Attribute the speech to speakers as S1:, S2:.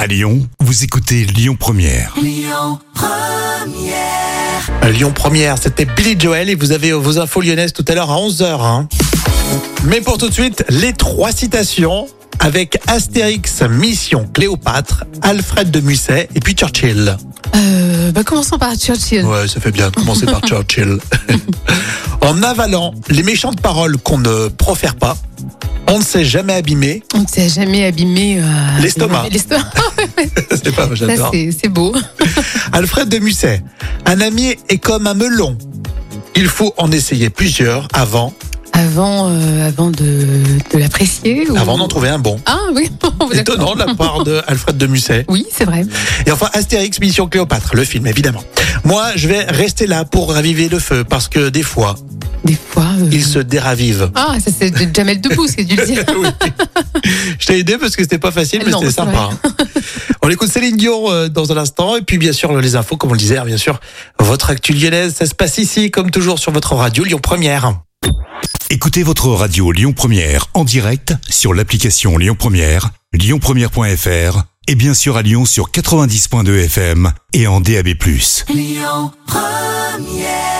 S1: À Lyon, vous écoutez Lyon Première.
S2: Lyon Première, c'était Billy Joel et vous avez vos infos lyonnaises tout à l'heure à 11h. hein. Mais pour tout de suite, les trois citations avec Astérix, Mission, Cléopâtre, Alfred de Musset et puis Churchill.
S3: Euh, bah commençons par Churchill.
S2: Ouais, ça fait bien de commencer par Churchill. en avalant les méchantes paroles qu'on ne profère pas, on ne s'est jamais abîmé.
S3: On ne s'est jamais abîmé. euh,
S2: L'estomac.
S3: L'estomac.
S2: C'est pas,
S3: Ça,
S2: j'adore.
S3: c'est c'est beau.
S2: Alfred de Musset, un ami est comme un melon. Il faut en essayer plusieurs avant,
S3: Avant, euh, avant de, de l'apprécier. ou-
S2: avant d'en trouver un bon.
S3: Ah oui, d'accord.
S2: Étonnant de la part de Alfred de Musset.
S3: Oui, c'est vrai.
S2: Et enfin, Astérix, Mission Cléopâtre, le film, évidemment. Moi, je vais rester là pour raviver le feu, parce que des fois,
S3: Des fois. euh,
S2: il se déravive.
S3: Ah, ça c'est de Jamel Debbouze qui a dû le dire.
S2: Oui. Je t'ai aidé parce que c'était pas facile, mais
S3: Non,
S2: c'était
S3: c'est
S2: sympa. hein. On écoute Céline Dion euh, dans un instant. Et puis, bien sûr, les infos, comme on le disait, hein, bien sûr, votre actu lyonnaise, ça se passe ici, comme toujours, sur votre radio Lyon Première.
S1: Écoutez votre radio Lyon Première en direct sur l'application Lyon Première, lyonpremière.fr et bien sûr à Lyon sur 90.2 FM et en DAB+.
S4: Lyon Première